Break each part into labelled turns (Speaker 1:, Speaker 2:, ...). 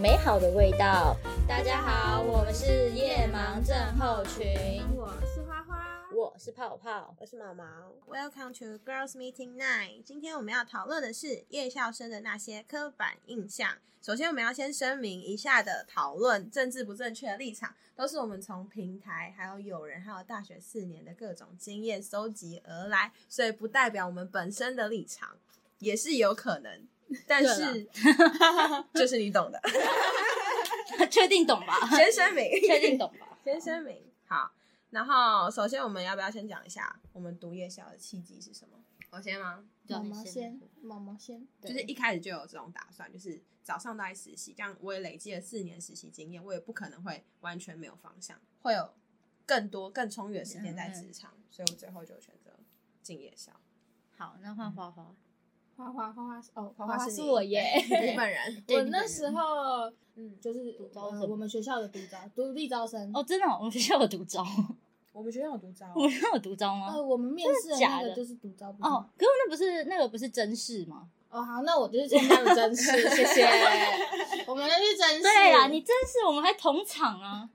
Speaker 1: 美好的味道。
Speaker 2: 大家好，我们是夜盲症候群，
Speaker 3: 我是花花，
Speaker 1: 我是泡泡，
Speaker 3: 我是毛毛。Welcome to Girls Meeting Night。今天我们要讨论的是夜校生的那些刻板印象。首先，我们要先声明以下的讨论政治不正确的立场，都是我们从平台、还有友人、还有大学四年的各种经验收集而来，所以不代表我们本身的立场，也是有可能。但是， 就是你懂的，
Speaker 1: 确定懂吧？
Speaker 3: 先声 明，
Speaker 1: 确定懂吧？
Speaker 3: 先声明，好。然后，首先我们要不要先讲一下我们读夜校的契机是什么？我先吗？
Speaker 1: 叫
Speaker 4: 毛
Speaker 1: 你
Speaker 4: 毛先，毛毛先，
Speaker 1: 对
Speaker 3: 就是一开始就有这种打算，就是早上都在实习，这样我也累积了四年实习经验，我也不可能会完全没有方向，会有更多更充裕的时间在职场，所以我最后就选择进夜校。
Speaker 4: 好，那换花花，
Speaker 2: 花花花花哦，
Speaker 3: 花花
Speaker 2: 是
Speaker 3: 你
Speaker 2: 我耶。
Speaker 3: 你本人，
Speaker 4: 对
Speaker 2: 我
Speaker 4: 你
Speaker 2: 那
Speaker 4: 本
Speaker 2: 时
Speaker 4: 人
Speaker 2: 候，嗯，就是
Speaker 4: 独招
Speaker 2: 呃
Speaker 4: 生
Speaker 2: 我们学校的独招，独立招生。
Speaker 4: 哦，真的哦、我们学校有 独招，
Speaker 3: 我们学校有独招
Speaker 4: 我，们学校有独招吗？
Speaker 1: 哦
Speaker 2: 呃，我们面试的
Speaker 4: 假
Speaker 2: 那个
Speaker 4: 的
Speaker 2: 就是独招，不是吗
Speaker 4: 哦，可是那不是那个不是真事吗？
Speaker 2: 哦，好，那我就是参 加了真试，谢谢。我们就去真试，
Speaker 4: 对啦， 你真是我们还同场啊，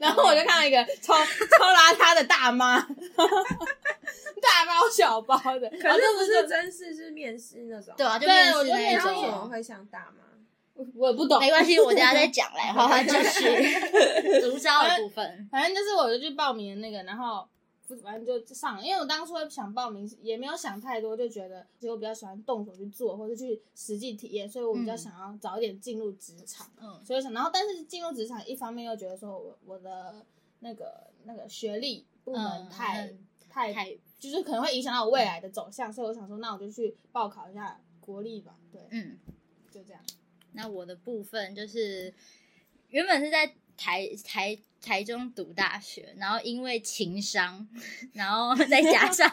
Speaker 2: 然后我就看到一个超超邋遢的大妈， 大包小包的，
Speaker 3: 可
Speaker 2: 然后
Speaker 3: 是不是真试是面试那种，
Speaker 4: 对啊，就
Speaker 2: 对
Speaker 4: 面
Speaker 2: 我
Speaker 4: 试
Speaker 2: 就
Speaker 4: 那一
Speaker 2: 面
Speaker 3: 然
Speaker 2: 试
Speaker 3: 后怎
Speaker 2: 我
Speaker 3: 种
Speaker 4: 种，
Speaker 3: 会像大妈？
Speaker 2: 我也不懂，
Speaker 4: 没关系，我等一下再讲 来，花花继续独招的部分，
Speaker 2: 反正就是我就去报名那个，然后不反正就上了，因为我当初想报名也没有想太多，就觉得其实我比较喜欢动手去做，或者去实际体验，所以我比较
Speaker 4: 嗯
Speaker 2: 想要早一点进入职场。
Speaker 4: 嗯，
Speaker 2: 所以想，然后但是进入职场，一方面又觉得说我我的那个那个学历不能
Speaker 4: 嗯
Speaker 2: 太、
Speaker 4: 嗯
Speaker 2: 太
Speaker 4: 太
Speaker 2: 就是可能会影响到我未来的走向，所以我想说，那我就去报考一下国立吧，对，
Speaker 4: 嗯，
Speaker 2: 就这样。
Speaker 4: 那我的部分就是原本是在台台台中读大学，然后因为情商，然后 再加上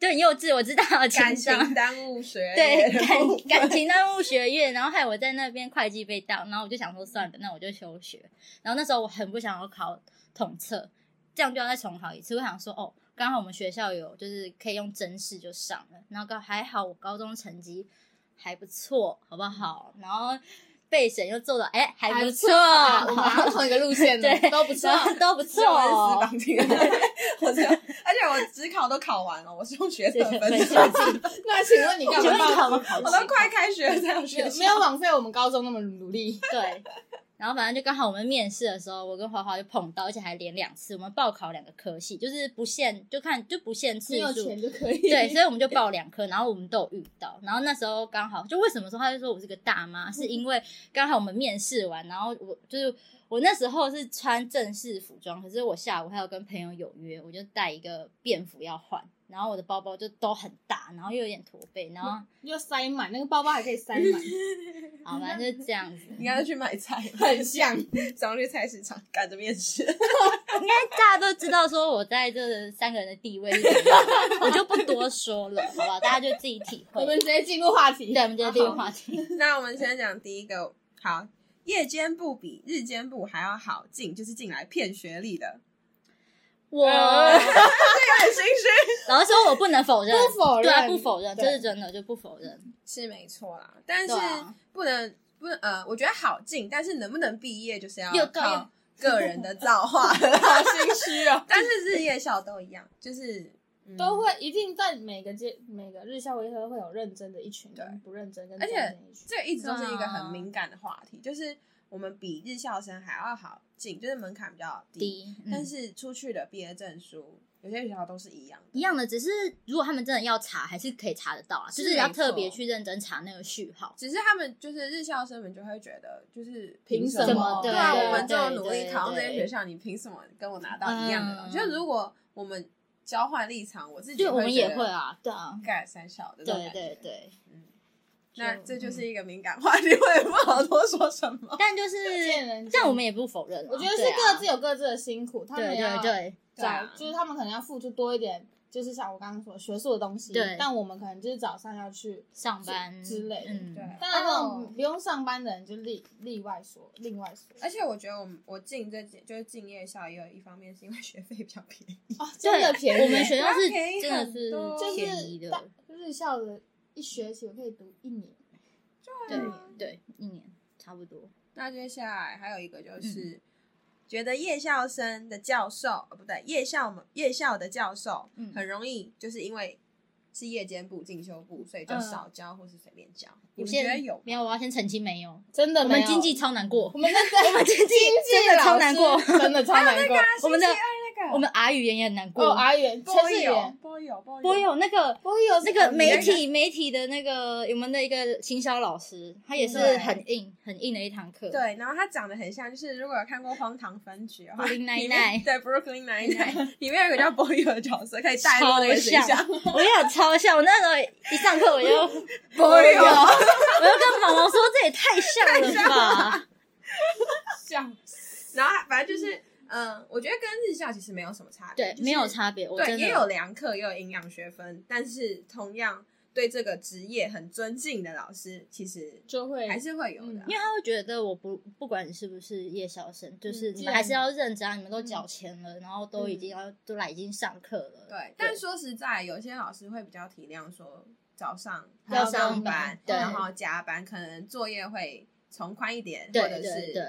Speaker 4: 就很幼稚，我知道
Speaker 3: 感
Speaker 4: 情
Speaker 3: 情
Speaker 4: 商。
Speaker 3: 耽误学业，
Speaker 4: 对感感情耽误学业，然后害我在那边会计被当，然后我就想说算了，那我就休学。然后那时候我很不想要考统测，这样就要再重考一次。我想说哦，刚好我们学校有就是可以用真试就上了，然后刚还好我高中成绩还不错，好不好？然后备审又做的哎还不错，
Speaker 2: 啊我们好像同一个路线的，
Speaker 4: 对
Speaker 2: 都不错。啊
Speaker 4: 都不
Speaker 3: 是我是死
Speaker 4: 错。
Speaker 3: 绑定的，我是，而且我职考都考完了，我是用学
Speaker 4: 谢
Speaker 3: 测
Speaker 4: 谢
Speaker 3: 分
Speaker 4: 分
Speaker 3: 数，
Speaker 4: 享
Speaker 2: 那请问你干
Speaker 4: 请问
Speaker 2: 嘛报
Speaker 4: 你考吗
Speaker 3: 我都快开学了才有学
Speaker 2: 没有
Speaker 3: 校
Speaker 2: 没有枉费我们高中那么努 力。
Speaker 4: 对，然后反正就刚好我们面试的时候，我跟华华就碰到，而且还连两次。我们报考两个科系，就是不限，就看就不限次
Speaker 2: 你有
Speaker 4: 数
Speaker 2: 钱。就可以。
Speaker 4: 对，所以我们就报两科，然后我们都有遇到。然后那时候刚好，就为什么说他就说我是个大妈，是因为刚好我们面试完，然后我就是我那时候是穿正式服装，可是我下午还有跟朋友有约，我就带一个便服要换，然后我的包包就都很大，然后又有点驼背，然后
Speaker 2: 又塞满那个包包，还可以塞满，
Speaker 4: 好，反正就是这样子。
Speaker 3: 应该是去买菜，
Speaker 2: 很像。
Speaker 3: 早上去菜市场赶着面试。
Speaker 4: 应该大家都知道，说我在这三个人的地位是怎么样， 我就不多说了，好吧？大家就自己体会
Speaker 2: 我。们直接进入话题。
Speaker 4: 对，我们今天第一个话 题，
Speaker 3: 那我们先讲第一个，好，夜间部比日间部还要好进，就是进来骗学历的，
Speaker 4: 我
Speaker 3: 很心虚，
Speaker 4: 老实说，我不能否认，
Speaker 2: 不否认
Speaker 4: 对啊，不否认，
Speaker 2: 对
Speaker 4: 这是真的，就不否认。
Speaker 3: 是没错啦，但是
Speaker 4: 对啊
Speaker 3: 不能不能呃，我觉得好进，但是能不能毕业就是要
Speaker 4: 又对
Speaker 3: 靠个人的造化，
Speaker 2: 好心虚哦。
Speaker 3: 但是日夜校都一 样，就是、嗯
Speaker 2: 都。会一定在每个阶每个日校微课会有认真的一群，
Speaker 3: 对
Speaker 2: 跟不认真跟
Speaker 3: 而且
Speaker 2: 专心的一群。
Speaker 3: 这个一直都是一个很敏感的话
Speaker 4: 啊
Speaker 3: 题，就是我们比日校生还要好进，就是门槛比较低，
Speaker 4: 第一，嗯
Speaker 3: 但是出去的毕业证书，有些学校都是一样
Speaker 4: 一
Speaker 3: 的。
Speaker 4: 样的，只是如果他们真的要查，还是可以查得到啊，就是
Speaker 3: 是
Speaker 4: 要
Speaker 3: 没
Speaker 4: 特别
Speaker 3: 错
Speaker 4: 去认真查那个序号。
Speaker 3: 只是他们就是日校生们就会觉得，就是
Speaker 2: 凭
Speaker 3: 什
Speaker 2: 什
Speaker 3: 么？
Speaker 2: 么
Speaker 3: 对啊，
Speaker 2: 对
Speaker 3: 我们这么努
Speaker 4: 对
Speaker 3: 力
Speaker 4: 对
Speaker 3: 考上这些
Speaker 4: 对
Speaker 3: 学校，你凭什么跟我拿到一样的东西？
Speaker 4: 嗯
Speaker 3: 就如果我们交换立场，我自己
Speaker 4: 对，我们
Speaker 3: 觉
Speaker 4: 也
Speaker 3: 得
Speaker 4: 会，啊，对啊，
Speaker 3: 盖三小的这种
Speaker 4: 对
Speaker 3: 感觉。
Speaker 4: 对对。
Speaker 3: 那这就是嗯一个敏感话题， 我也不好多说什么。
Speaker 4: 但就是
Speaker 2: 见仁，见
Speaker 4: 但我们也不否认啊。
Speaker 2: 我觉得是
Speaker 4: 对啊
Speaker 2: 各自有各自的辛苦，他们
Speaker 4: 对对
Speaker 2: 要
Speaker 4: 对，
Speaker 3: 对
Speaker 2: 找
Speaker 3: 啊，
Speaker 2: 就是他们可能要付出多一点，就是像我刚刚说学术的东西。
Speaker 4: 对
Speaker 2: 但我们可能就是早上要去。
Speaker 4: 上班
Speaker 2: 之类的
Speaker 4: 嗯，
Speaker 3: 对啊
Speaker 2: 当然，那
Speaker 1: 哦
Speaker 2: 种不用上班的人就例例外说，另外说。
Speaker 3: 而且我觉得我们我进这届就是进夜校，也有一方面是因为学费比较便宜，
Speaker 2: 哦，真的便宜，
Speaker 4: 我们学校
Speaker 3: 它
Speaker 4: 是
Speaker 3: 便宜
Speaker 4: 真的
Speaker 3: 很
Speaker 4: 是
Speaker 3: 多
Speaker 2: 就
Speaker 4: 便宜
Speaker 2: 是大
Speaker 4: 的，
Speaker 2: 日校的一学期我可以读一年，
Speaker 3: 嗯
Speaker 4: 对对，一年差不多。
Speaker 3: 那接下来还有一个就是，觉得夜校生的教授，呃，不对，夜校们夜校的教授，
Speaker 4: 嗯
Speaker 3: 很容易就是因为是夜间部、进修部，所以就
Speaker 2: 嗯
Speaker 3: 少教或是随便教。你
Speaker 4: 我
Speaker 3: 们觉
Speaker 4: 现
Speaker 3: 得
Speaker 4: 在
Speaker 3: 有吗？
Speaker 4: 没有？我要先澄清，没有。
Speaker 2: 真的
Speaker 4: 我
Speaker 2: 没
Speaker 4: 们
Speaker 2: 有
Speaker 4: 经济，超难过
Speaker 2: 我，们那 个我们经济
Speaker 4: 真的超难过
Speaker 2: 老师 真的超难过。
Speaker 4: 我们的
Speaker 3: 那
Speaker 4: 我们阿语言也很难过
Speaker 2: 哦，。阿远，陈
Speaker 3: 波
Speaker 2: 志
Speaker 3: 友
Speaker 4: 哦
Speaker 2: 远，，
Speaker 3: 波友，波
Speaker 4: 我有那个
Speaker 2: 我有
Speaker 4: 那个媒
Speaker 3: 哦
Speaker 4: 体媒体的那个我们的一个行销老师，他也是
Speaker 3: 对
Speaker 4: 很硬很硬的一堂课。，
Speaker 3: 对，然后他长得很像，就是如果有看过《荒唐分局》的话，
Speaker 4: Brooklyn
Speaker 3: 里面
Speaker 4: Nine-Nine
Speaker 3: 对 Brooklyn Nine Nine 里面有一个叫波友的角色，可以带入那个形象
Speaker 4: 超。我有超像，我那时候一上课我就
Speaker 3: 波友，
Speaker 4: 我就跟毛毛说这也太像了吧。
Speaker 2: 像
Speaker 3: 然后反正就是，嗯，我觉得跟日校其实没有什么差别，
Speaker 4: 对
Speaker 3: 就，是
Speaker 4: 没有，差别，我
Speaker 3: 对，
Speaker 4: 真的
Speaker 3: 也有良课，也有营养学分，但是同样对这个职业很尊敬的老师，其实
Speaker 2: 就会
Speaker 3: 还是会有的啊
Speaker 2: 嗯。
Speaker 4: 因为他会觉得我不不管你是不是夜校生，就是
Speaker 2: 嗯
Speaker 4: 你
Speaker 2: 既
Speaker 4: 们还
Speaker 2: 然
Speaker 4: 是要认真啊！你们都
Speaker 3: 嗯
Speaker 4: 缴钱了，然后都已经要、都来已经上课了，
Speaker 3: 对，但说实在，有些老师会比较体谅，说早上还
Speaker 4: 要
Speaker 3: 要上
Speaker 4: 上班对
Speaker 3: 然后加班，可能作业会从宽一点，或
Speaker 4: 对
Speaker 3: 者
Speaker 4: 对
Speaker 3: 是
Speaker 4: 对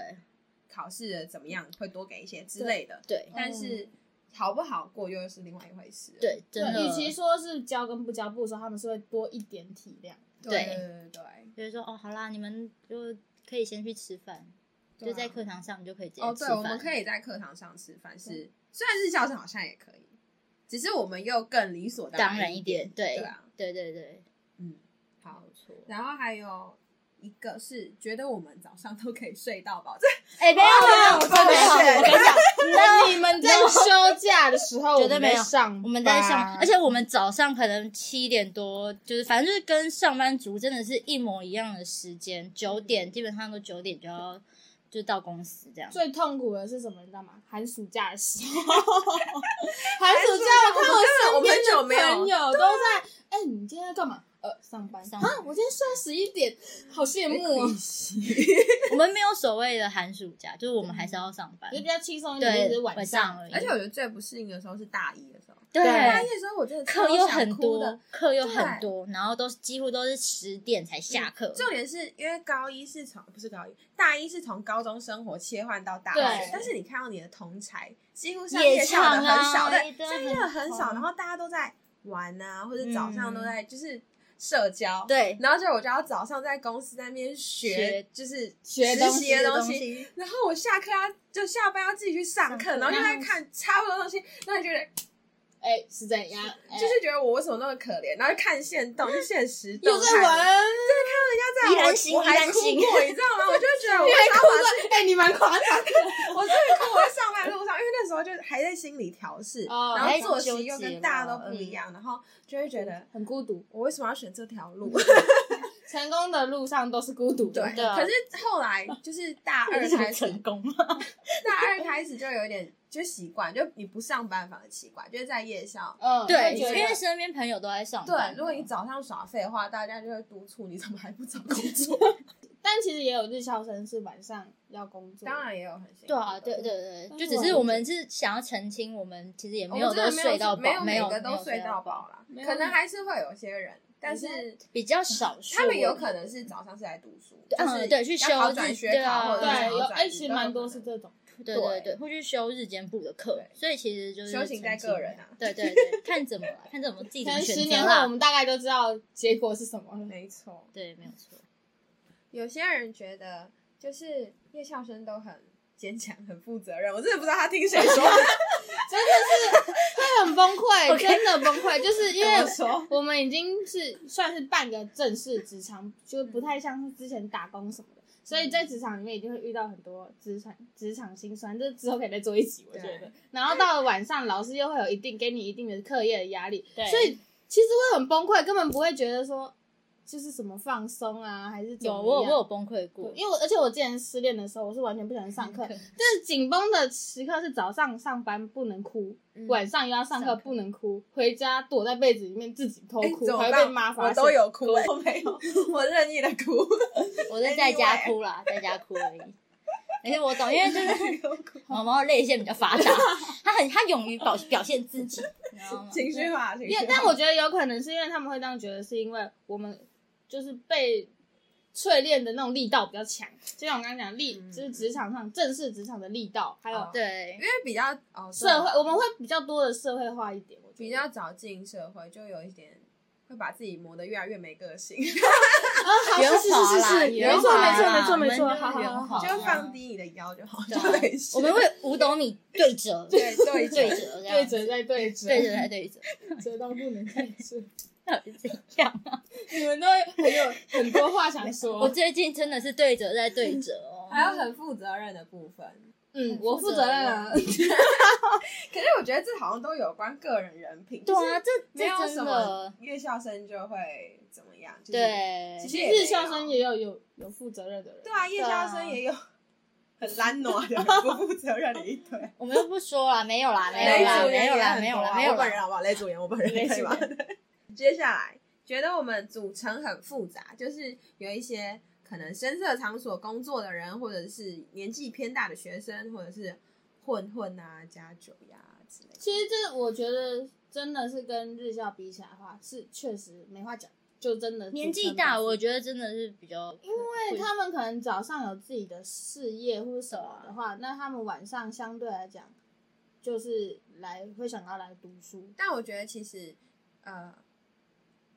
Speaker 3: 考试的怎么样会多给一些之类的。
Speaker 4: 对
Speaker 3: 但是好不好过又是另外一回事。
Speaker 4: 对，真的。
Speaker 2: 对，与其说是教跟不教，不如说他们是会多一点体谅。
Speaker 3: 对
Speaker 4: 对
Speaker 3: 对啊对
Speaker 4: 就是说哦，好啦，你们就可以先去吃饭，
Speaker 3: 对啊
Speaker 4: 就在课堂上你就可以直接
Speaker 3: 哦，
Speaker 4: 吃
Speaker 3: 对，
Speaker 4: 饭。
Speaker 3: 我们可以在课堂上吃饭，是虽然日校生好像也可以，只是我们又更理所
Speaker 4: 当
Speaker 3: 然
Speaker 4: 然一点，对
Speaker 3: 对啊，
Speaker 4: 对对对，
Speaker 3: 嗯，好。
Speaker 4: 错。
Speaker 3: 然后还有一个是觉得我们早上都可以睡到饱，这
Speaker 4: 哎，
Speaker 3: 哦
Speaker 4: 没有
Speaker 2: 啊
Speaker 4: 没有，
Speaker 3: 我
Speaker 4: 我
Speaker 3: 真
Speaker 4: 真
Speaker 3: 的
Speaker 4: 没有，我跟你 讲，
Speaker 2: 那你们在休假的时候，
Speaker 4: 绝对
Speaker 2: 我
Speaker 4: 没
Speaker 2: 们
Speaker 4: 有
Speaker 2: 在上，
Speaker 4: 我们在上，而且。我们早上可能七点多，就是反正就是跟上班族真的是一模一样的时间，
Speaker 3: 嗯
Speaker 4: 九点基本上都九点就要就到公司这样。
Speaker 2: 最痛苦的是什么，你知道吗？寒暑假的时候，寒暑假我看我身边的
Speaker 3: 我们很久
Speaker 2: 朋
Speaker 3: 没
Speaker 2: 友都在，哎、你今天在干嘛？呃，上班。
Speaker 4: 上
Speaker 2: 啊
Speaker 4: 班，
Speaker 2: 我今天睡到十一点，好羡慕哦。
Speaker 4: 我们没有所谓的寒暑假，就是我们还是要上班
Speaker 2: 就。比较轻松一点，就
Speaker 4: 哎对，
Speaker 2: 是
Speaker 4: 晚
Speaker 2: 上
Speaker 4: 而已。
Speaker 3: 而且我觉得最不适应的时候是大一的时候，大一
Speaker 4: 嗯对，
Speaker 3: 的时候我真的超
Speaker 4: 课又
Speaker 3: 想
Speaker 4: 很
Speaker 3: 哭
Speaker 4: 多
Speaker 3: 的。，
Speaker 4: 课又很多，然后都是几乎都是十点才下课。
Speaker 3: 重点是因为高一是从不是高一，大一是从高中生活切换到大学
Speaker 2: 对，
Speaker 3: 但是你看到你的同才几乎上夜校的
Speaker 4: 夜唱啊
Speaker 3: 很少，对，
Speaker 4: 一堆
Speaker 3: 上夜的很少，
Speaker 4: 很
Speaker 3: 然后大家都在玩啊，或者早上
Speaker 4: 嗯
Speaker 3: 都在就是社交，
Speaker 4: 对，
Speaker 3: 然后就我就要早上在公司那边学
Speaker 4: 学，
Speaker 3: 就是
Speaker 2: 学
Speaker 3: 实
Speaker 2: 东
Speaker 3: 习
Speaker 2: 西
Speaker 3: 的
Speaker 2: 的
Speaker 3: 东
Speaker 2: 东
Speaker 3: 西，然后我下课要就下班要自己去上课，
Speaker 2: 上课嗯
Speaker 3: 然后又在看差不多的东西，然后你觉得
Speaker 2: 哎、是怎样？哎
Speaker 3: 就是觉得我为什么那么可怜，然后看现动、现实动态，
Speaker 2: 嗯又在玩，
Speaker 3: 真的看到人家在玩，
Speaker 4: 宜兰行
Speaker 3: 我还
Speaker 4: 宜兰
Speaker 3: 哭
Speaker 4: 行
Speaker 3: 过，你知道吗？ 我就觉得我
Speaker 2: 你还
Speaker 3: 要
Speaker 2: 哭 了？哎、你蛮夸张的。
Speaker 3: 我真的哭，我在上班路上，因为那时候就还在心理调试，
Speaker 2: 哦
Speaker 3: 然后作
Speaker 4: 还在
Speaker 3: 息
Speaker 4: 纠
Speaker 3: 又
Speaker 4: 结
Speaker 3: 跟大家
Speaker 4: 嘛
Speaker 3: 都不一
Speaker 2: 嗯
Speaker 3: 样，然后就会觉得
Speaker 2: 很孤独，
Speaker 3: 我为什么要选这条路？
Speaker 2: 成功的路上都是孤独嗯的。
Speaker 3: 对，
Speaker 4: 对啊
Speaker 3: 可是后来就是大二 开始，
Speaker 4: 功吗？
Speaker 3: 嗯大二开始就有点就习惯，就你不上班反而奇怪，就是在夜校。
Speaker 2: 嗯，
Speaker 4: 对，
Speaker 2: 会觉得
Speaker 4: 因为身边朋友都在上班
Speaker 3: 对
Speaker 4: 嘛。，
Speaker 3: 如果你早上耍废的话，大家就会督促你怎么还不找工作。
Speaker 2: 但其实也有日校生是晚上要工 作，
Speaker 3: 当然也有很辛苦的。
Speaker 4: 对啊，对对对，
Speaker 2: 但
Speaker 4: 就是只
Speaker 2: 我
Speaker 4: 是
Speaker 2: 还
Speaker 4: 我们是想要澄清，我们其实也
Speaker 3: 嗯我
Speaker 4: 没
Speaker 3: 们
Speaker 4: 有
Speaker 3: 真的
Speaker 4: 都睡到
Speaker 3: 没
Speaker 4: 饱，
Speaker 3: 有
Speaker 4: 没有
Speaker 3: 每个
Speaker 4: 没
Speaker 3: 都
Speaker 4: 有
Speaker 3: 睡到
Speaker 4: 到，
Speaker 3: 饱啦
Speaker 2: 没，有
Speaker 3: 可能还是会有些人，但
Speaker 2: 可
Speaker 3: 是
Speaker 4: 比较少 数。
Speaker 3: 他们有可能是早上是来读书，
Speaker 4: 对
Speaker 3: 就是
Speaker 4: 嗯对去
Speaker 3: 要考
Speaker 4: 修
Speaker 3: 转
Speaker 4: 日
Speaker 3: 学
Speaker 4: 对
Speaker 3: 考
Speaker 4: 啊
Speaker 3: 或者是
Speaker 2: 对，有
Speaker 3: 考转
Speaker 2: 哎，
Speaker 3: 职
Speaker 2: 其实
Speaker 3: 都有
Speaker 2: 蛮
Speaker 3: 可
Speaker 2: 多
Speaker 3: 能
Speaker 2: 是这种，
Speaker 4: 对对
Speaker 3: 对
Speaker 4: 对，会去修日间部的课，所以其实就是
Speaker 3: 修行在
Speaker 4: 澄清
Speaker 3: 个人啊
Speaker 4: 对对对，看怎么啦看怎么自己
Speaker 2: 可
Speaker 4: 怎么
Speaker 2: 能
Speaker 4: 选
Speaker 2: 十年
Speaker 4: 择
Speaker 2: 后我
Speaker 4: 啦。
Speaker 2: 们大概就知道结果是什么了。
Speaker 3: 没错。
Speaker 4: 对，没有错。
Speaker 3: 有些人觉得就是夜校生都很坚强、很负责任，我真的不知道他听谁说的。
Speaker 2: 真的是会很崩 溃，真的崩溃，就是因为
Speaker 3: 怎么说
Speaker 2: 我们已经是算是半个正式职场，就不太像是之前打工什么的，所以在职场里面一定会遇到很多职场职场辛酸，这之后可以再做一集，我觉
Speaker 3: 对
Speaker 2: 得。然后到了晚上，老师又会有一定给你一定的课业的压力，
Speaker 4: 对
Speaker 2: 所以其实会很崩溃，根本不会觉得说就是什么放松啊，还是怎
Speaker 4: 有
Speaker 2: 么样
Speaker 4: 我有我有崩溃过
Speaker 2: 对，因为我而且我之前失恋的时候，我是完全不想上课。
Speaker 3: 哎
Speaker 2: 但紧绷的时刻是早上上班不能哭，晚上又要上课
Speaker 4: 上课
Speaker 2: 不能哭，回家躲在被子里面自己偷
Speaker 3: 哎
Speaker 2: 哭，
Speaker 3: 怎么
Speaker 2: 还
Speaker 3: 办
Speaker 2: 会被妈发
Speaker 3: 我
Speaker 2: 现。
Speaker 3: 都有哭、哎我没有，我任意的哭，
Speaker 4: 我是在家
Speaker 3: 欸
Speaker 4: 哭啦，在家哭而已。而且我懂，因 为就是
Speaker 3: 有哭，
Speaker 4: 毛毛的泪腺比较发达，他很他勇于表表现自己，你知道吗？
Speaker 3: 情绪化， 情绪
Speaker 2: 因
Speaker 3: 化
Speaker 2: 为。但我觉得有可能是因为他们会这样觉得，是因为我们就是被淬炼的那种力道比较强。就像我刚刚讲力，就是职场上正式职场的力道，还有
Speaker 3: 哦
Speaker 4: 对
Speaker 3: 因，为比较哦
Speaker 2: 社会，我们会比较多的社会化一点。我觉得
Speaker 3: 比较早进社会，就有一点会把自己磨得越来越没个性，
Speaker 2: 啊，好
Speaker 4: 圆
Speaker 2: 是是
Speaker 4: 滑
Speaker 2: 是
Speaker 4: 啦
Speaker 2: 是，
Speaker 4: 圆
Speaker 2: 没错
Speaker 4: 滑
Speaker 2: 没错
Speaker 4: 啦
Speaker 2: 没错没
Speaker 4: 我
Speaker 2: 错，
Speaker 4: 们就是
Speaker 2: 好好
Speaker 4: 圆
Speaker 2: 好
Speaker 4: 滑
Speaker 2: 好，
Speaker 3: 就放低你的腰就好，就类似。
Speaker 4: 我们会五斗米对折，
Speaker 3: 对对
Speaker 4: 对
Speaker 3: 对
Speaker 4: 折这
Speaker 2: 对
Speaker 4: 样子，
Speaker 2: 折再对折，
Speaker 4: 对折再对折，
Speaker 2: 折到不能再折。
Speaker 4: 到底怎样啊？
Speaker 2: 你们都很 有很多话想
Speaker 4: 我
Speaker 2: 说。
Speaker 4: 最近真的是对折再对折 哦，
Speaker 3: 还有很负责任的部分，
Speaker 2: 嗯，我负责任啊。
Speaker 3: 可是我觉得这好像都有关个人人品，
Speaker 4: 对
Speaker 3: 就是
Speaker 4: 啊，这
Speaker 3: 没有
Speaker 4: 这
Speaker 3: 什
Speaker 4: 真
Speaker 3: 么
Speaker 4: 的
Speaker 3: 月校生就会怎么样，就是
Speaker 4: 对，
Speaker 3: 其实也没有
Speaker 2: 日校生也有有有负责任的人
Speaker 3: 对，啊，夜校生也有 很懒惰的、不负责任的一堆。
Speaker 4: 我们就不说了，没有啦，
Speaker 2: 没
Speaker 4: 有啦，
Speaker 3: 主
Speaker 4: 没
Speaker 3: 人
Speaker 4: 有
Speaker 3: 也
Speaker 4: 啦，
Speaker 3: 很
Speaker 4: 没有
Speaker 3: 多
Speaker 4: 啦，
Speaker 3: 啊
Speaker 4: 没有
Speaker 3: 我本人
Speaker 4: 啦。
Speaker 3: 好不好？雷主人，我本人也可以吧
Speaker 2: 雷。
Speaker 3: 接下来，觉得我们组成很复杂，就是有一些可能深色场所工作的人，或者是年纪偏大的学生，或者是混混啊、家酒呀、之类的。
Speaker 2: 其实这我觉得真的是跟日校比起来的话，是确实没话讲，就真的
Speaker 4: 年纪大，我
Speaker 2: 得
Speaker 4: 觉得真的是比较，因
Speaker 2: 因为
Speaker 4: 为
Speaker 2: 他们可能早上有自己的事业或者什么的话，那他们晚上相对来讲就是来会想要来读书，
Speaker 3: 但我觉得其实，呃，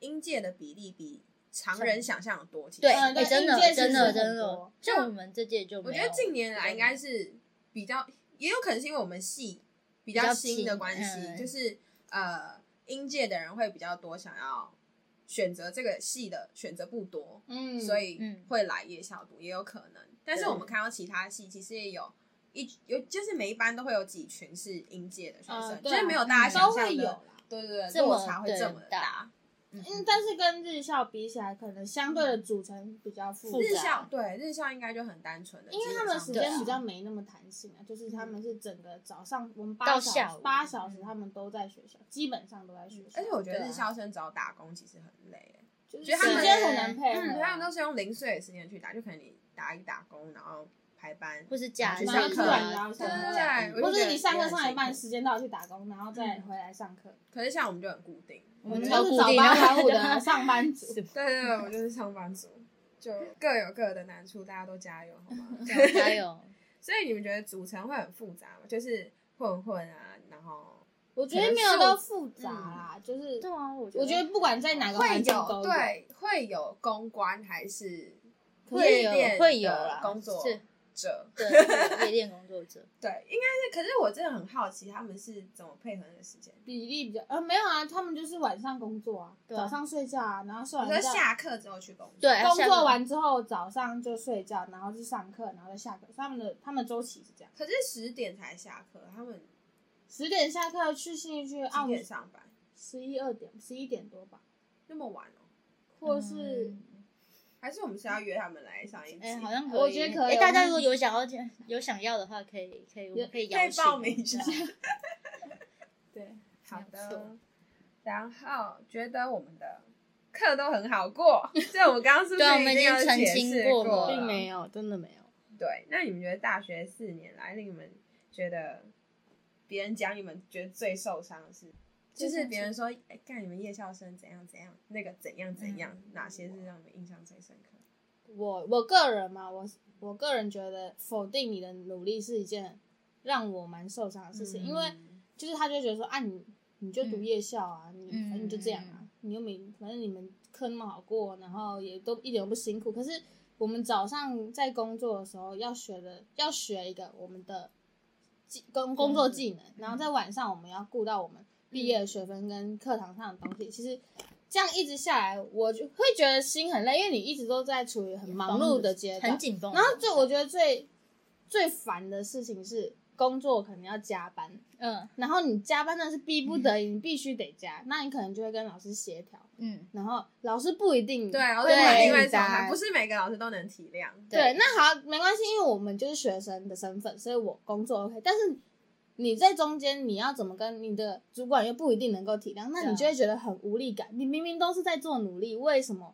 Speaker 3: 应届的比例比常人想象的多。其实
Speaker 4: 对，
Speaker 2: 嗯
Speaker 4: 哎
Speaker 2: 对
Speaker 4: 真的
Speaker 2: 应
Speaker 4: 真
Speaker 2: 届其实
Speaker 4: 的
Speaker 2: 很
Speaker 4: 真的
Speaker 2: 多，
Speaker 4: 就我们这届就
Speaker 3: 我
Speaker 4: 没
Speaker 3: 觉
Speaker 4: 有，
Speaker 3: 得近年来应该是比较，也有可能是因为我们系比
Speaker 4: 比
Speaker 3: 较
Speaker 4: 较
Speaker 3: 新
Speaker 4: 新
Speaker 3: 的关系，
Speaker 4: 嗯
Speaker 3: 就是呃，应届的人会比较多想要选择这个系的选择不多，
Speaker 2: 嗯
Speaker 3: 所以
Speaker 4: 嗯
Speaker 3: 会来夜校读，也有可能。但是
Speaker 2: 对
Speaker 3: 我们看到其他系其实也有。一有就是每一班都会有几群是应届的学生，
Speaker 2: 嗯
Speaker 3: 就
Speaker 2: 对
Speaker 3: 是
Speaker 2: 啊
Speaker 3: 没有大家想
Speaker 2: 都
Speaker 3: 象
Speaker 2: 会
Speaker 3: 的，
Speaker 2: 有啦。
Speaker 3: 对对对，
Speaker 4: 这么
Speaker 3: 落差会这么的
Speaker 4: 对大
Speaker 3: 大。
Speaker 2: 嗯，但是跟日校比起来，可能相对的组成比较复
Speaker 3: 嗯
Speaker 4: 复
Speaker 3: 日
Speaker 2: 杂，
Speaker 4: 杂
Speaker 3: 校对日校应该就很单纯的，
Speaker 2: 因为
Speaker 3: 基
Speaker 2: 他
Speaker 3: 本
Speaker 2: 们
Speaker 3: 上
Speaker 2: 时
Speaker 3: 对
Speaker 2: 间
Speaker 3: 啊嗯
Speaker 2: 比较没那么弹性啊，就是他们是整个早上我们
Speaker 4: 到
Speaker 2: 八小
Speaker 4: 下
Speaker 2: 时
Speaker 4: 午
Speaker 2: 八小时他们都在学校，基本上都在学校，
Speaker 3: 而且我觉得
Speaker 2: 对啊
Speaker 3: 日校生只要打工其实很累，
Speaker 2: 就是
Speaker 3: 觉得他们
Speaker 2: 时间很难配合
Speaker 3: 嗯，
Speaker 2: 啊，
Speaker 3: 他们都是用零碎的时间去打，就可能你打一打工，然后排班，
Speaker 4: 或是假
Speaker 3: 去
Speaker 4: 日
Speaker 3: 上课
Speaker 4: 啊
Speaker 2: 嗯然后
Speaker 4: 对
Speaker 2: 上课
Speaker 3: 对对
Speaker 2: 或者你上
Speaker 3: 我
Speaker 2: 课
Speaker 3: 就觉得也很
Speaker 2: 上一半，
Speaker 3: 辛苦
Speaker 2: 时间到去打工，然后再
Speaker 3: 嗯
Speaker 2: 回来上课。
Speaker 3: 可是像我们就很嗯固定。
Speaker 4: 我
Speaker 2: 我
Speaker 4: 们
Speaker 2: 们
Speaker 4: 超
Speaker 2: 都
Speaker 4: 固
Speaker 2: 是
Speaker 4: 定
Speaker 2: 早八晚五的
Speaker 4: 然后
Speaker 2: 上班族，
Speaker 3: 对对对，我就是上班族，就各有各的难处，大家都加油好吗？
Speaker 4: 对加油，
Speaker 3: 所以你们觉得组成会很复杂吗？就是混混啊，然后
Speaker 2: 我觉得没有到复杂啦，就是
Speaker 4: 对啊，我
Speaker 2: 我觉得不管在哪
Speaker 3: 嗯
Speaker 2: 个
Speaker 3: 会
Speaker 2: 环境
Speaker 3: 有
Speaker 2: 都
Speaker 3: 对会有公关还是
Speaker 4: 会
Speaker 3: 夜
Speaker 4: 有
Speaker 3: 店
Speaker 4: 会有
Speaker 3: 的
Speaker 4: 啦，
Speaker 3: 工作
Speaker 4: 是，
Speaker 3: 者
Speaker 4: 对，会有夜店工作 者，
Speaker 3: 对，应该是。可是我真的很好奇，他们是怎么配合那个时间？
Speaker 2: 比例比较呃没有啊，他们就是晚上工作啊，
Speaker 4: 对啊
Speaker 2: 早上睡觉啊，然后睡
Speaker 3: 我
Speaker 4: 哦
Speaker 3: 说
Speaker 2: 完觉
Speaker 3: 下课之后去工作。
Speaker 4: 对啊，
Speaker 2: 工
Speaker 4: 下课
Speaker 2: 作完之后早上就睡觉，然后去上课，然后再下课。他们的他们周期是这样：
Speaker 3: 可是十点才下课，他们
Speaker 2: 十点下课去信义区
Speaker 3: 几
Speaker 4: 啊
Speaker 2: 澳门
Speaker 3: 点，上班？
Speaker 2: 十一二点十一点多吧，
Speaker 3: 那么晚哦？
Speaker 2: 或是、
Speaker 4: 嗯
Speaker 3: 还是我们是要约他们来上一集？
Speaker 4: 哎，好像可以，
Speaker 2: 我觉得可以
Speaker 4: 哎，大家
Speaker 2: 我们
Speaker 4: 如果有想要有想要的话，可以可以，我们可以
Speaker 3: 可
Speaker 4: 邀
Speaker 3: 以
Speaker 4: 请
Speaker 3: 报名一下。
Speaker 2: 对，
Speaker 3: 好
Speaker 4: 没
Speaker 3: 的
Speaker 4: 错。
Speaker 3: 然后觉得我们的课都很好 过，这我们刚刚是不
Speaker 4: 对啊
Speaker 3: 是
Speaker 4: 我们已经
Speaker 3: 有
Speaker 4: 澄
Speaker 3: 解
Speaker 4: 清
Speaker 3: 释
Speaker 4: 过
Speaker 3: 过
Speaker 4: 了
Speaker 3: 了
Speaker 4: 并没
Speaker 2: 啊有，真的没有。
Speaker 3: 对，那你们觉得大学四年来，令你们觉得别人讲你们觉得最受伤的是，就是别人说，哎、干你们夜校生怎样怎样，那个怎样怎样，
Speaker 4: 嗯
Speaker 3: 哪些是让你们印象最深刻？
Speaker 2: 我我个人嘛，我我个人觉得否定你的努力是一件让我蛮受伤的事
Speaker 3: 嗯
Speaker 2: 情，因为就是他就会觉得说啊你你就读夜校啊，你
Speaker 4: 嗯
Speaker 2: 反正你就这样啊，你又没反正你们课那么好过，然后也都一点都不辛苦。可是我们早上在工作的时候要学的要学一个我们的技工工作技
Speaker 4: 嗯
Speaker 2: 能，然后在晚上我们要顾到我们毕业的学分跟课堂上的东西，其实。这样一直下来，我就会觉得心很累，因为你一直都在处于很忙碌的阶段，
Speaker 4: 很紧绷。
Speaker 2: 然后最我觉得最最烦的事情是工作可能要加班，
Speaker 4: 嗯
Speaker 2: 然后你加班那是逼不得已，你必须得加，那你可能就会跟老师协调，
Speaker 4: 嗯，
Speaker 2: 然后老师不一定
Speaker 3: 对，我
Speaker 2: 对
Speaker 3: 对，另外一种
Speaker 2: 答
Speaker 3: 还
Speaker 2: 案
Speaker 3: 不是每个老师都能体谅。
Speaker 4: 对
Speaker 2: 对，那好，没关系，因为我们就是学生的身份，所以我工作 OK。但是你在中间，你要怎么跟你的主管又不一定能够体谅，那
Speaker 4: 对啊
Speaker 2: 你就会觉得很无力感。你明明都是在做努力，为什么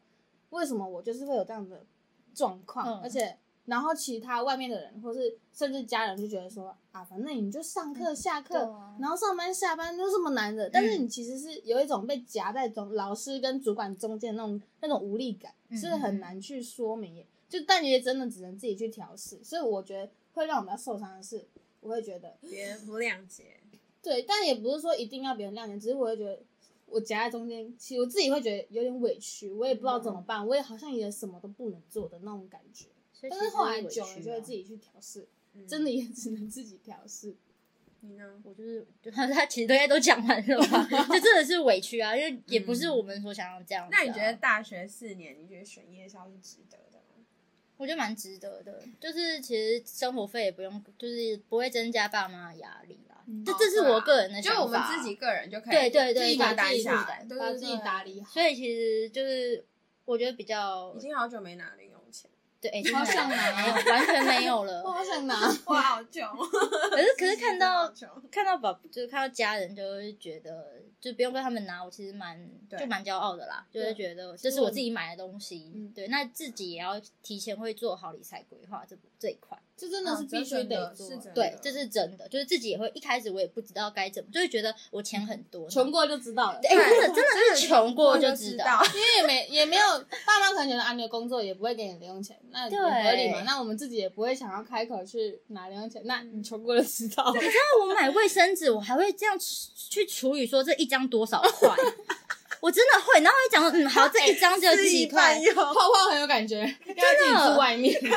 Speaker 2: 为什么我就是会有这样的状况？
Speaker 4: 嗯
Speaker 2: 而且然后其他外面的人或是甚至家人就觉得说啊，反正你就上课下课，
Speaker 4: 对
Speaker 2: 然后上班下班有什么难的？但
Speaker 4: 嗯
Speaker 2: 是你其实是有一种被夹在中老师跟主管中间那种那种无力感，
Speaker 4: 嗯
Speaker 2: 是很难去说明也，就但也真的只能自己去调试。所以我觉得会让我比较受伤的是，我会觉得
Speaker 3: 别人不谅解，
Speaker 2: 对，但也不是说一定要别人谅解，只是我会觉得我夹在中间，其实我自己会觉得有点委屈，我也不知道怎
Speaker 4: 嗯
Speaker 2: 么办，我也好像也什么都不能做的那种感觉。
Speaker 4: 所以
Speaker 2: 但
Speaker 4: 其
Speaker 2: 是
Speaker 4: 实
Speaker 2: 后来
Speaker 4: 委
Speaker 2: 久
Speaker 4: 屈
Speaker 2: 了就会
Speaker 4: 嘛
Speaker 2: 自己去调试，
Speaker 3: 嗯
Speaker 2: 真的也 只能自己调试。
Speaker 3: 你呢？
Speaker 4: 我就是，就 他他其实大家都讲完了吧，就真的是委屈啊，因为也不是
Speaker 3: 嗯
Speaker 4: 我们所想要这样、啊
Speaker 3: 那你觉得？大学四年，你觉得选夜校是值得的吗？
Speaker 4: 我觉得蛮值得的，就是其实生活费也不用，就是不会增加爸妈的压力啦。这这是我个人的
Speaker 3: 哦啊就
Speaker 4: 想法，
Speaker 3: 我们自己。个人就可以
Speaker 4: 对对对
Speaker 3: 自己
Speaker 2: 把
Speaker 3: 把
Speaker 2: 自
Speaker 3: 单
Speaker 2: 己
Speaker 3: 下
Speaker 2: 打
Speaker 3: 来，对
Speaker 2: 把
Speaker 3: 对
Speaker 2: 自己
Speaker 3: 对
Speaker 2: 打理好，
Speaker 4: 所以其实就是我觉得比较
Speaker 3: 已经好久没拿零用钱，
Speaker 4: 对，哎
Speaker 2: 好想拿哦
Speaker 4: 完全没有了
Speaker 2: 我。好想拿。
Speaker 3: 我好穷。
Speaker 4: 可 是可 是看到
Speaker 3: 好穷
Speaker 4: 看到宝，就是看到家人，就会觉得就不用跟他们拿，我其实蛮
Speaker 3: 对
Speaker 4: 就蛮骄傲的啦，就会
Speaker 2: 对
Speaker 4: 觉得这是我自己买的东西
Speaker 2: 嗯，
Speaker 4: 对，那自己也要提前会做好理财规划这这一块，
Speaker 2: 这真的是
Speaker 3: 哦这
Speaker 2: 必须
Speaker 3: 真
Speaker 2: 得
Speaker 3: 的
Speaker 2: 做
Speaker 3: 是真的
Speaker 2: 的，
Speaker 4: 对，这是真的，就是自己也会一开始我也不知道该怎么，就会觉得我钱很多，
Speaker 2: 穷，过就知道了。
Speaker 4: 哎，真的真的是穷过
Speaker 3: 我
Speaker 4: 就
Speaker 3: 知
Speaker 4: 道，，
Speaker 2: 因为也没也没有爸妈可能觉得啊，你有工作也不会给你零用钱，那也
Speaker 4: 对
Speaker 2: 合理嘛。那我们自己也不会想要开口去拿零用钱，那你穷过就知道了。
Speaker 4: 那我买卫生纸，我还会这样去除以说这一张多少块。 我真的会，然后会讲说，嗯，好，这一张只 有
Speaker 3: 自己
Speaker 4: 几块
Speaker 3: 办，用
Speaker 2: 泡泡很有感觉，要自己住外面，
Speaker 4: 我觉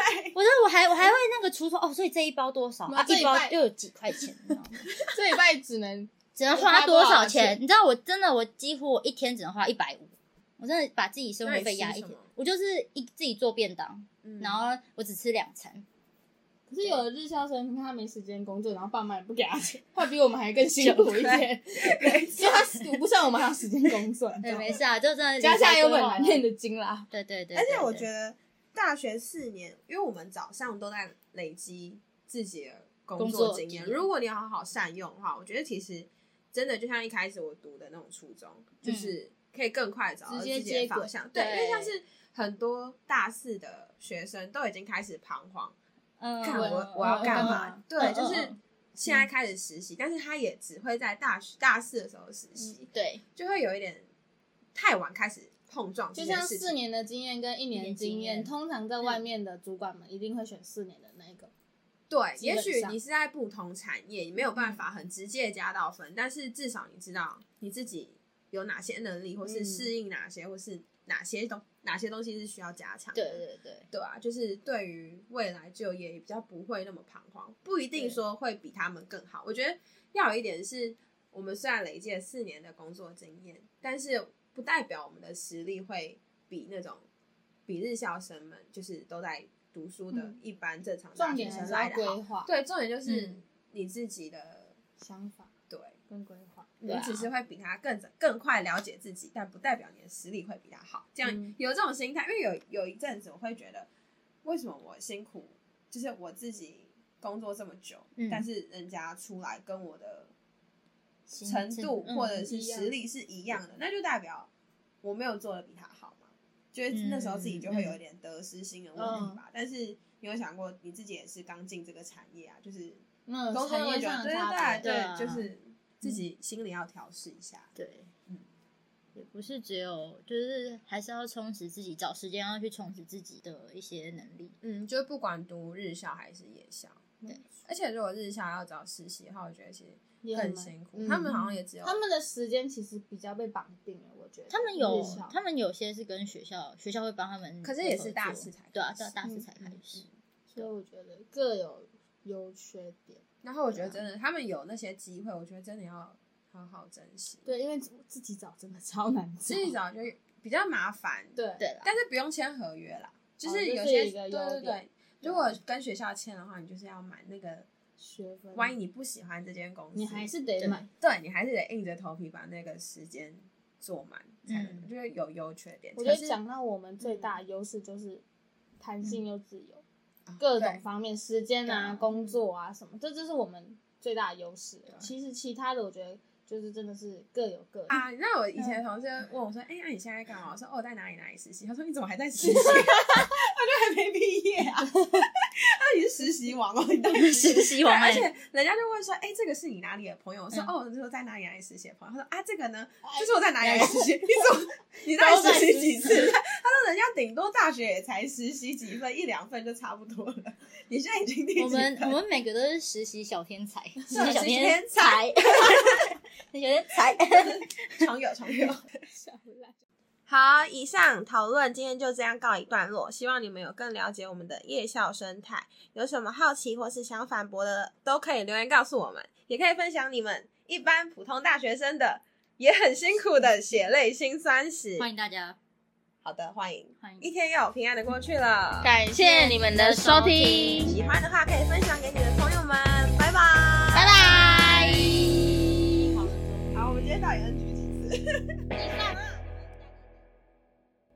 Speaker 4: 得我还我还会那个除说哦，所以这一包多少
Speaker 2: 妈
Speaker 4: 啊？
Speaker 2: 这一
Speaker 4: 一包
Speaker 2: 袋
Speaker 4: 又有几块钱，你知道吗
Speaker 2: 这礼拜 只能
Speaker 4: 只能花多少
Speaker 2: 花多少
Speaker 4: 钱？你知道我真的我几乎我一天只能花一百五，我真的把自己生活费压
Speaker 3: 那你吃
Speaker 4: 一
Speaker 3: 什
Speaker 4: 天
Speaker 3: 么，
Speaker 4: 我就是一自己做便当，
Speaker 3: 嗯
Speaker 4: 然后我只吃两餐，
Speaker 2: 可是有的日校生，他没时间工作，然后爸妈也不给他钱，他比我们还更辛苦一点，因为他读不上我们还有时间工 作，你知
Speaker 4: 对，
Speaker 2: 道吗
Speaker 4: 没事啊，就真的
Speaker 2: 家下有
Speaker 4: 理财规
Speaker 2: 本
Speaker 4: 划
Speaker 2: 难念的经啦。
Speaker 4: 对对对，
Speaker 3: 而且
Speaker 4: 对
Speaker 3: 我
Speaker 4: 对
Speaker 3: 觉得大学四年，因为我们早上都在累积自己的工
Speaker 4: 工
Speaker 3: 作
Speaker 4: 作
Speaker 3: 经验，
Speaker 4: 经验
Speaker 3: 如果你好好善用的话，我觉得其实真的就像一开始我读的那种初衷，就是可以更快地找到
Speaker 2: 直
Speaker 3: 自
Speaker 2: 接
Speaker 3: 己
Speaker 2: 接
Speaker 3: 的
Speaker 2: 轨
Speaker 3: 方向。对，因为
Speaker 4: 对
Speaker 3: 像是很多大四的学生都已经开始彷徨，
Speaker 4: 嗯，
Speaker 3: 看我我
Speaker 2: 嗯
Speaker 3: 要
Speaker 2: 嗯
Speaker 3: 干
Speaker 2: 嗯
Speaker 3: 嘛
Speaker 2: 嗯？
Speaker 3: 对，
Speaker 4: 嗯
Speaker 3: 就
Speaker 4: 嗯
Speaker 3: 是
Speaker 4: 嗯
Speaker 3: 现在开始实习，但是他也只会在大学大四的时候实习，
Speaker 4: 对，
Speaker 3: 就会有一点太晚开始碰撞这
Speaker 2: 就
Speaker 3: 件
Speaker 2: 像
Speaker 3: 事情。
Speaker 2: 四年的经验跟一年的经
Speaker 4: 一年经
Speaker 2: 验，
Speaker 4: 验
Speaker 2: 通常在
Speaker 3: 嗯
Speaker 2: 外面的主管们一定会选四年的那一个。
Speaker 3: 对，
Speaker 2: 基
Speaker 3: 也
Speaker 2: 本
Speaker 3: 许
Speaker 2: 上
Speaker 3: 你是在不同产业，你没有办法很直接地加到分，但是至少你知道你自己有哪些能力，或是
Speaker 2: 嗯
Speaker 3: 适应哪些，或是哪些东哪些东西是需要加强的。
Speaker 4: 对对对，
Speaker 3: 对啊，就是对于未来就业也比较不会那么彷徨，不一定
Speaker 4: 对
Speaker 3: 说会比他们更好。我觉得要有一点是，我们虽然累积了四年的工作经验，但是不代表我们的实力会比那种比日校生们就是都在读书的
Speaker 2: 嗯
Speaker 3: 一般正常大
Speaker 2: 重
Speaker 3: 学
Speaker 2: 点还
Speaker 3: 生
Speaker 2: 是
Speaker 3: 来
Speaker 2: 要
Speaker 3: 的好。
Speaker 2: 规划，
Speaker 3: 对，重点就是
Speaker 4: 嗯
Speaker 3: 你自己的，
Speaker 2: 想法
Speaker 3: 对
Speaker 2: 跟规划。
Speaker 3: 你
Speaker 4: 对啊
Speaker 3: 只是会比他更更快了解自己，但不代表你的实力会比他好。这样、
Speaker 2: 嗯
Speaker 3: 有这种心态，因为有有一阵子我会觉得，为什么我辛苦，就是我自己工作这么久，
Speaker 4: 嗯
Speaker 3: 但是人家出来跟我的
Speaker 4: 行
Speaker 3: 程
Speaker 4: 程
Speaker 3: 度
Speaker 4: 嗯
Speaker 3: 或者是
Speaker 2: 一样
Speaker 3: 实力是一样的，那就代表我没有做的比他好嘛。就是那时候自
Speaker 4: 嗯
Speaker 3: 己就会有一点得失心的问题吧。但是你有想过，你自己也是刚进这个产业啊，就是
Speaker 2: 那
Speaker 3: 工作
Speaker 2: 产
Speaker 3: 那么
Speaker 2: 业
Speaker 3: 久，
Speaker 2: 上的
Speaker 3: 对
Speaker 2: 差
Speaker 3: 对
Speaker 2: 别，
Speaker 3: 对
Speaker 4: 对啊
Speaker 3: 就是自己心里要调试一下。
Speaker 4: 对，
Speaker 3: 嗯
Speaker 4: 也不是只有，就是还是要充实自己，找时间要去充实自己的一些能力。
Speaker 3: 嗯，就是不管读日校还是夜校，
Speaker 4: 对，
Speaker 3: 而且如果日校要找实习的话，我觉得其实
Speaker 2: 也很
Speaker 3: 更
Speaker 2: 忙
Speaker 3: 辛苦。
Speaker 2: 嗯
Speaker 3: 他们好像也只有
Speaker 2: 他们的时间其实比较被绑定了，我觉得。
Speaker 4: 他们有
Speaker 2: 日校，
Speaker 4: 他们有些是跟学校，学校会帮他们合作，
Speaker 3: 可是也是大四才
Speaker 4: 对啊，
Speaker 3: 开
Speaker 4: 对
Speaker 3: 始
Speaker 4: 啊，大四
Speaker 2: 嗯
Speaker 4: 才开始。
Speaker 2: 所以我觉得各有优缺点。
Speaker 3: 然后我觉得
Speaker 2: 啊
Speaker 3: 真的，他们有那些机会，我觉得真的要好好珍惜。
Speaker 2: 对，因为自己找真的超难找。
Speaker 3: 自己找就比较麻烦，，
Speaker 2: 对
Speaker 4: 对了，
Speaker 3: 但是不用签合约啦，就
Speaker 2: 哦
Speaker 3: 是
Speaker 2: 这
Speaker 3: 有
Speaker 2: 是
Speaker 3: 些、
Speaker 2: 一个
Speaker 3: 对
Speaker 2: 优
Speaker 3: 对
Speaker 2: 点
Speaker 3: 对，如果跟学校签的话，你就是要买那个，
Speaker 2: 学分，
Speaker 3: 万一你不喜欢这间公司，
Speaker 2: 你还是得
Speaker 4: 对
Speaker 2: 买。
Speaker 3: 对你还是得硬着头皮把那个时间做满，才能、
Speaker 4: 嗯
Speaker 3: 就是有优缺点。
Speaker 2: 我觉得
Speaker 3: 可是嗯
Speaker 2: 讲到我们最大的优势就是弹性又自由，
Speaker 3: 啊
Speaker 2: 各
Speaker 3: 对
Speaker 2: 种方面，时间啊、
Speaker 4: 对啊
Speaker 2: 工作啊什么，这就是我们最大的优势
Speaker 3: 对。
Speaker 2: 其实其他的，我觉得就是真的是各有各的。
Speaker 3: 啊，你知道我以前的同事问我说：“哎、那、你现在
Speaker 2: 嗯
Speaker 3: 干嘛？”我说：“哦，我在哪里哪里实习。”他说：“你怎么还在实习？”我就还没毕业啊。习王哦，你到底
Speaker 4: 实习王
Speaker 3: 对
Speaker 4: 哎
Speaker 3: 而且人家就问说，哎、这个是你哪里的朋友？我说，
Speaker 4: 嗯哦
Speaker 3: 哦，这是我在哪里哪里实习的朋友。他说，啊，这个呢，这是我在哪里哪里实习。你怎 么，你到底实习几次？ 他说，人家顶多大学也才实习几份，一两份就差不多了。你现在已经第几
Speaker 4: 我们我
Speaker 3: 份？
Speaker 4: 们每个都是实习小天才，实习
Speaker 3: 实
Speaker 4: 小
Speaker 3: 习
Speaker 4: 天
Speaker 3: 天
Speaker 4: 才，实习小天才。
Speaker 3: 常有常有。
Speaker 2: 笑烂。
Speaker 3: 好，以上讨论今天就这样告一段落。希望你们有更了解我们的夜校生态，有什么好奇或是想反驳的，都可以留言告诉我们，也可以分享你们一般普通大学生的也很辛苦的血泪辛酸史。
Speaker 4: 欢迎大家，
Speaker 3: 好的，欢迎
Speaker 4: 欢迎
Speaker 3: 一天又平安的过去了。
Speaker 2: 感谢你们的收听，
Speaker 3: 喜欢的话可以分享给你的朋友们，拜拜。
Speaker 2: 拜拜。
Speaker 3: 好，我们今天到底 NG 几次？
Speaker 2: 一分